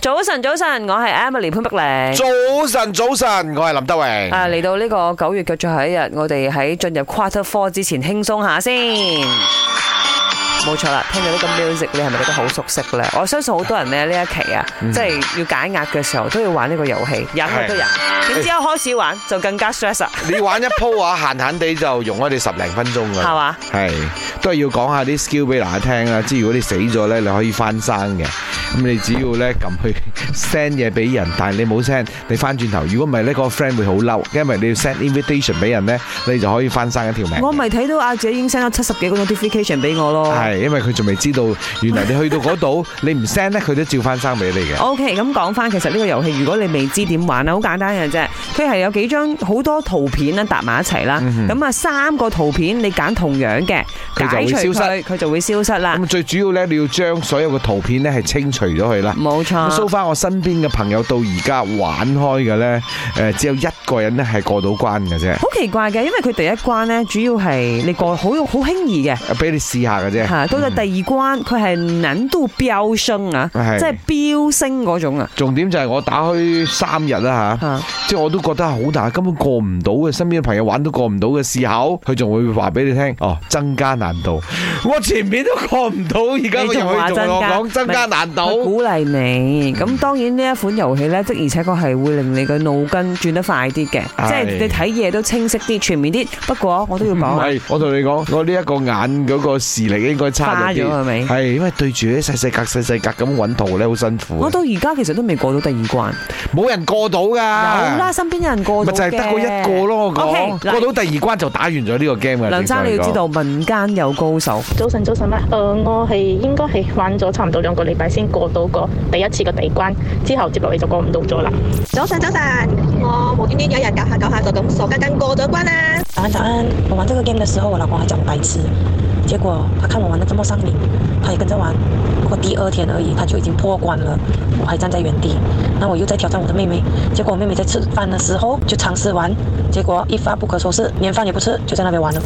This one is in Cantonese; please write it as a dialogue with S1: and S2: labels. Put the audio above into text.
S1: 早晨，早晨，我係 Emily 潘碧玲。
S2: 早晨，早晨，我係林德榮。
S1: 啊，嚟到呢個九月嘅最後一日，我哋喺進入 Quarter Four 之前輕鬆下先。冇錯啦，聽到呢個 music，你係咪覺得好熟悉咧？我相信好多人咧呢一期啊，即係要解壓嘅時候都要玩呢個遊戲，忍好多人。點知一開始玩就更加 stress 啦，
S2: 你玩一鋪啊， 閒閒地就用咗你十零分鐘噶
S1: 係
S2: 啦，
S1: 嘛？
S2: 係都係要講下啲 skill 俾大家聽啦。即係如果你死咗咧，你可以翻生嘅。咁你只要咧撳去 send 嘢俾人，但係你冇 send，你翻轉頭，如果唔係呢個 friend 會好嬲，因為你要 send invitation 俾人咧，你就可以翻生一條命嘅。
S1: 我咪睇到阿姐已經 send 咗七十幾個 notification 俾我咯。
S2: 係，因為佢仲未知道，原來你去到嗰度，你唔 send 咧，佢都照翻生俾你嘅。
S1: O K，咁講翻，其實呢個遊戲如果你未知點玩啊，好簡單嘅啫。佢係有幾張好多圖片啦，搭埋一齊啦。咁啊，三個圖片你揀同樣嘅，
S2: 嗯佢就會
S1: 解除
S2: 消
S1: 佢，佢就會消失啦
S2: 咁。最主要咧，你要將所有嘅圖片咧係清除咗佢啦。
S1: 冇錯
S2: 咁。so far 我身邊嘅朋友到而家玩開嘅咧，誒只有一個人咧係過到關嘅啫，
S1: 好奇怪嘅，因為佢第一關呢，主要係你過好好輕易嘅
S2: 俾你試下嘅啫。
S1: 嚇，到到第二關佢係難度飆升啊，
S2: 係
S1: 即係飆升嗰種啊
S2: 重點就係我打開三日啦
S1: 嚇。
S2: 吓，即係我都覺得好大，根本過唔到嘅。身邊嘅朋友玩都過唔到嘅時候，佢仲會話俾你聽，哦，增加難度。我前面都過唔到，而家
S1: 你
S2: 佢
S1: 仲
S2: 又
S1: 話
S2: 去同我講增
S1: 增加
S2: 加難
S1: 佢
S2: 度。
S1: 鼓勵你。咁當然呢一款遊戲呢，的而且確係會令你嘅腦筋轉得快啲嘅，
S2: 係
S1: 即係你睇嘢都清晰啲、全面啲。不過我都要
S2: 唔
S1: 講啊，
S2: 係，我同你講，我呢一個眼嗰個視力應該差咗
S1: 差咗係咪
S2: 啲，係因為對住啲細細格、細細格咁揾圖咧，好辛苦
S1: 我。到而家其實都未過到第二關。
S2: 冇人過到㗎。
S1: 有啦，身邊有人過
S2: 啊咪
S1: 到
S2: 就係
S1: 嘅。
S2: 得嗰一個咯，我
S1: OK，
S2: 講
S1: 嗱
S2: 過到第二關就打完咗呢個 game 嘅。
S1: 梁生你要知道，民間有高手。
S3: 早晨，早晨啦。誒、我係應該係玩咗差唔多兩個禮拜先過到個第一次嘅第一關，之後接落嚟就過唔到咗啦。
S4: 早晨，早晨，我無端端有一日搞下搞下就咁傻更更過咗關啦。
S5: 早啊安早安，我玩这个 game 的时候，我老公还讲我白痴，结果他看我玩的这么上瘾，他也跟着玩。不过第二天而已，他就已经破关了，我还站在原地。那我又在挑战我的妹妹，结果我妹妹在吃饭的时候就尝试玩，结果一发不可收拾，连饭也不吃，就在那边玩了。